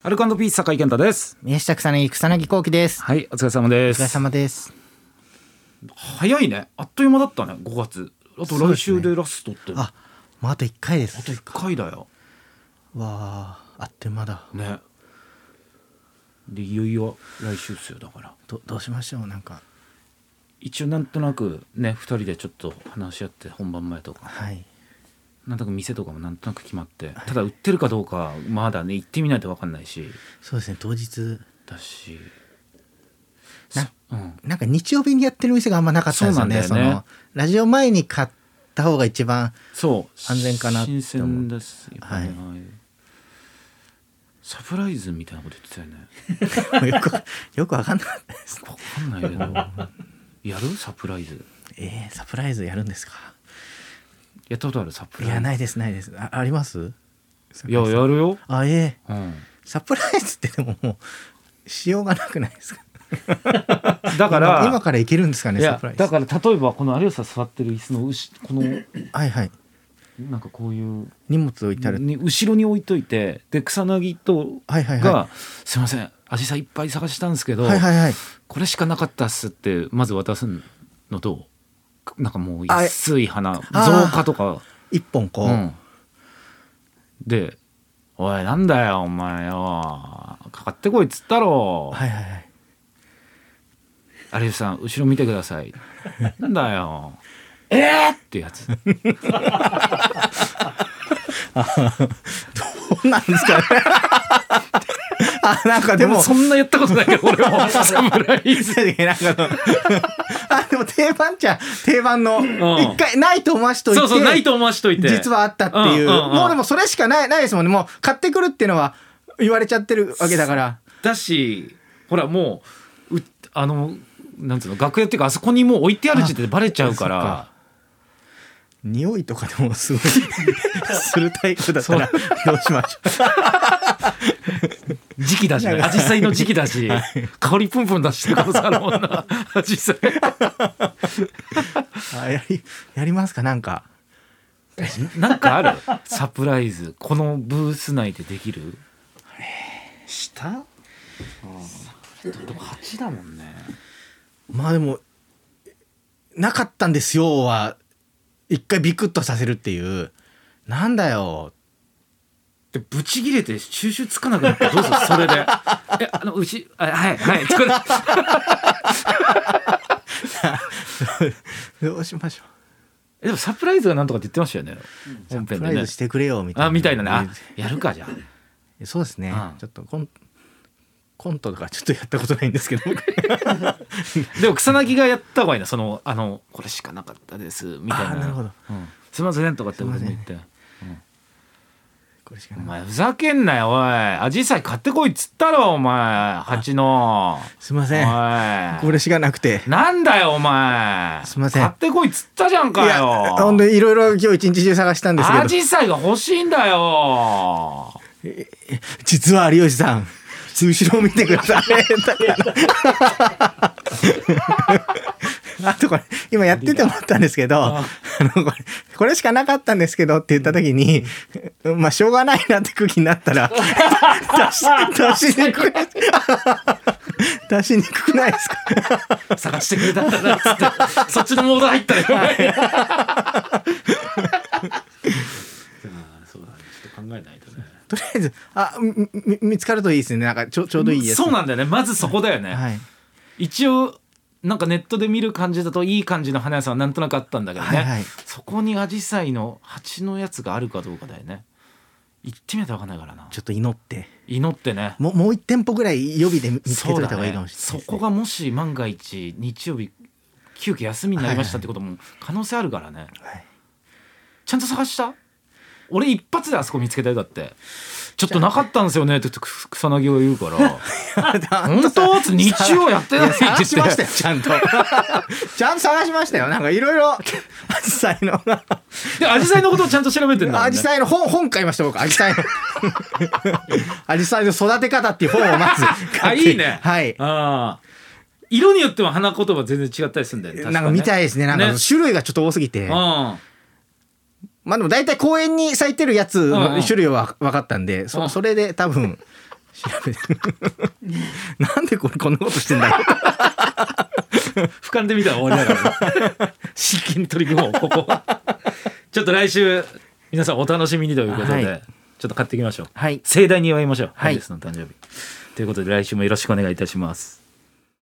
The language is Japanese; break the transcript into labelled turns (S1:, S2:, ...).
S1: アルコピース酒井健太です。
S2: 宮下草薙草薙幸喜です。
S1: はい、お疲れ様で
S2: お疲れ
S1: す。
S2: 様です。
S1: 早いね。あっという間だったね。5月。あと来週でラストって。あ
S2: あ、もうあと一回です。
S1: と1回だよ。
S2: わあ、あっという間だ。
S1: ね。でいよいよ来週っすよだから。
S2: どどうしましょうなんか。
S1: 一応なんとなくね2人でちょっと話し合って本番前とか
S2: はい。
S1: なんとなく店とかもなんとなく決まってただ売ってるかどうかまだね行ってみないと分かんないし
S2: そうですね。当日
S1: だし
S2: な
S1: うん
S2: なんか日曜日にやってる店があんまなかったんですよね。
S1: そ
S2: そう
S1: なんだよね
S2: のラジオ前に買った方が一番
S1: そう
S2: 安全かなって
S1: 新
S2: 思う
S1: 鮮ですよね、
S2: はい
S1: ああいうサプライズみたいなこと言ってたよね
S2: よくよくわかんなかったです。
S1: 分かんないけどやるサプライズ
S2: えー、サプライズやるんですか。
S1: やったことあるサプラ
S2: い
S1: イズ
S2: やないですないです。ああります？
S1: いややるよ、
S2: あえ
S1: うん、
S2: ー、サプライズってでももうしようがなくないですか。
S1: だから
S2: 今今からいけるんですかね
S1: い
S2: サ
S1: や
S2: プライズ。
S1: だから例えばこの有吉さん座ってる椅子のうしこの
S2: はいはい。
S1: なんかこういう
S2: 荷物置いてある。
S1: に後ろに置いといてで草薙と
S2: はいはいはい。
S1: が「すいませんアジサイいっぱい探したんですけど、
S2: はいはいはい。
S1: これしかなかったっす」ってまず渡すのとなんかもう
S2: あえ
S1: 安い花造
S2: あー
S1: 花とか、
S2: 一本こう、
S1: うん、で「おいなんだよお前よかかってこいっつったろ、
S2: はいはいはい。
S1: 有吉さん後ろ見てください」「なんだよえー!」って やつ
S2: こんなんです かね。あ、なんかで
S1: でも
S2: も、
S1: そんなやったことないけど 俺も侍
S2: なんかの あ、でも定番じゃん、定番の、一回ないと思わしといて、
S1: そうそうないと思わしといて
S2: 実はあったっていう、
S1: うんうんうん
S2: もうでもそれしかない、ないですもんね。もう買ってくるっていうのは言われちゃってるわけだから。
S1: だしほらもううあのなんつうの楽屋っていうかあそこにもう置いてある時点でバレちゃうから
S2: あ匂いとかでもす ごいするタイプだったらどうしましょ
S1: 時期だしね
S2: なんか
S1: 紫陽花の時期だ し香りプンプン出してくださるもんな紫陽花
S2: うあやりやりますかなんか
S1: なんかあるサプライズこのブース内でできる下でも8だもんね
S2: まあでもなかったんですよは一回ビクッとさせるっていうなんだよ
S1: でブチ切れて収集つかなくなったらどうするそ れでえあのうちあはいはい つか
S2: どうしましょ
S1: えでもサプライズはなんとかって言ってましたよね
S2: う
S1: 本
S2: プ
S1: 編
S2: ラ
S1: で
S2: イ
S1: ね
S2: ズしてくれよみたいな
S1: あみたいなねあやるかじゃあ
S2: そうですね、
S1: うん
S2: ちょっとコンコントとかちょっとやったことないんですけど
S1: でも草薙がやった方がいいなそのあのこれしかなかったですみたいな
S2: あーなるほど
S1: うん、すいませんとかって俺も言って、
S2: これしか
S1: お
S2: ない
S1: 前ふざけんなよおいアジサイ買ってこいっつったろお前蜂の
S2: すいま
S1: お
S2: せ
S1: い
S2: んこれしかなくて
S1: なんだよお前
S2: すいません
S1: 買ってこいっつったじゃん
S2: い
S1: か
S2: や
S1: よ
S2: ほんでいろいろ今日一日中探したんですけ
S1: ア
S2: ど
S1: ジサイが欲しいんだよ
S2: 実は有吉さん後ろを見てください あとこれ今やってて思ったんですけどあのこれこれしかなかったんですけどって言った時に、まあしょうがないなって空気になった ら出し出しに くくない出しにくくないですか
S1: 探してくれたんだなっつって そっちのモード入ったらやばいそうだねちょっと考えないとね
S2: とりあえずあみみ見つかるといいですねなんかちょちょうどいいやつ
S1: そうなんだよねまずそこだよね、
S2: はい
S1: 一応なんかネットで見る感じだといい感じの花屋さんはなんとなくあったんだけどね、
S2: はいはい
S1: そこにアジサイの鉢のやつがあるかどうかだよね行ってみないと分かんないからな
S2: ちょっと祈って
S1: 祈ってね
S2: もうもう一店舗ぐらい予備で見つけ
S1: そ
S2: と
S1: う
S2: い
S1: だ
S2: た方がいいかも
S1: ね
S2: しれない
S1: そ
S2: ですね
S1: こがもし万が一日曜日急遽休みになりましたってことも可能性あるからね、
S2: はい
S1: ちゃんと探した俺一発であそこ見つけたよだってちょっとなかったんですよねって草薙が言う から「本当?」って日曜やってないって言っ
S2: 探
S1: て
S2: しましたよちゃんとちゃんと探しましたよなんかいろいろアジサイの
S1: でアジサイのことをちゃんと調べてんだもん
S2: ア
S1: ね
S2: ジサイの本本買いました僕アジサイのアジサイの育て方っていう本をま ず
S1: あ
S2: 買って
S1: いいね
S2: はい
S1: ああ色によっては花言葉全然違ったりするんだよね確
S2: なんか見たいですねなんか種類がちょっと多すぎ
S1: う
S2: て、
S1: ん
S2: まあでも大体公園に咲いてるやつ
S1: うんうん
S2: の種類は分かったんで、
S1: うん
S2: そそれで多分調べて なんでこれこんなことしてんだろう
S1: 俯瞰で見たら終わりだから、 ね、真剣に取り組もうここはちょっと来週皆さんお楽しみにということで、
S2: はい
S1: ちょっと買ってきましょう
S2: はい
S1: 盛大に祝いましょう、
S2: はい
S1: エルスの誕生日ということで来週もよろしくお願いいたします